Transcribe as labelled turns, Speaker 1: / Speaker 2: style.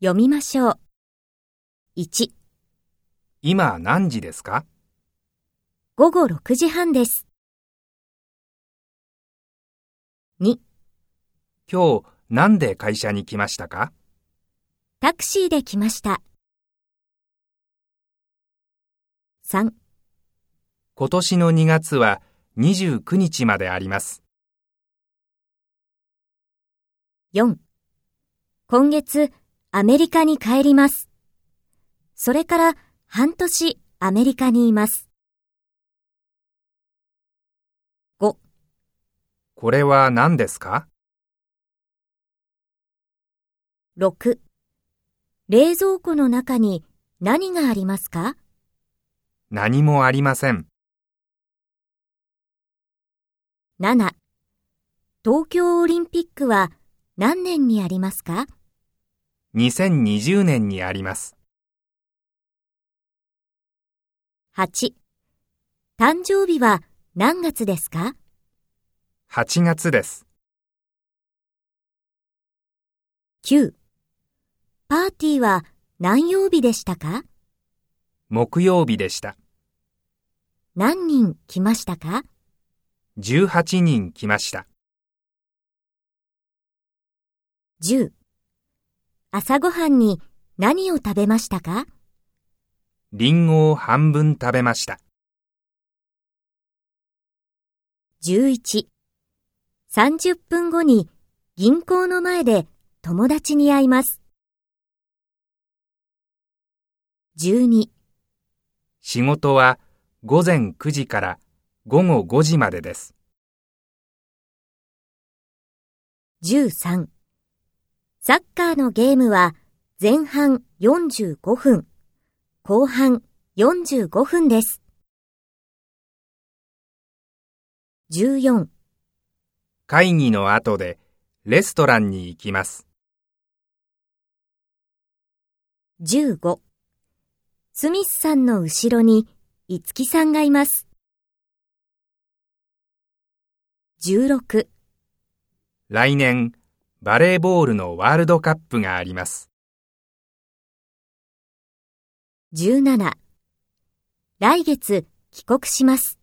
Speaker 1: 読みましょう。1、
Speaker 2: 今何時ですか
Speaker 1: 午後6時半です。2、
Speaker 2: 今日何で会社に来ましたか
Speaker 1: タクシーで来ました。3、
Speaker 2: 今年の2月は29日まであります。
Speaker 1: 4今月アメリカに帰ります。それから半年アメリカにいます。5
Speaker 2: これは何ですか
Speaker 1: 6冷蔵庫の中に何がありますか
Speaker 2: 何もありません。
Speaker 1: ?7 東京オリンピックは何年にありますか
Speaker 2: 2020年にあります。
Speaker 1: ?8 誕生日は何月ですか
Speaker 2: 8月です。
Speaker 1: ?9 パーティーは何曜日でしたか
Speaker 2: 木曜日でした。
Speaker 1: 何人来ましたか
Speaker 2: 18人来ました。
Speaker 1: 10朝ごはんに何を食べましたか
Speaker 2: リンゴを半分食べました。
Speaker 1: ?1130 分後に銀行の前で友達に会います。12
Speaker 2: 仕事は午前9時から午後5時までです。
Speaker 1: 13サッカーのゲームは前半45分、後半45分です。14
Speaker 2: 会議の後でレストランに行きます。
Speaker 1: 15スミスさんの後ろに五木さんがいます。16
Speaker 2: 来年バレーボールのワールドカップがあります。
Speaker 1: 17来月帰国します。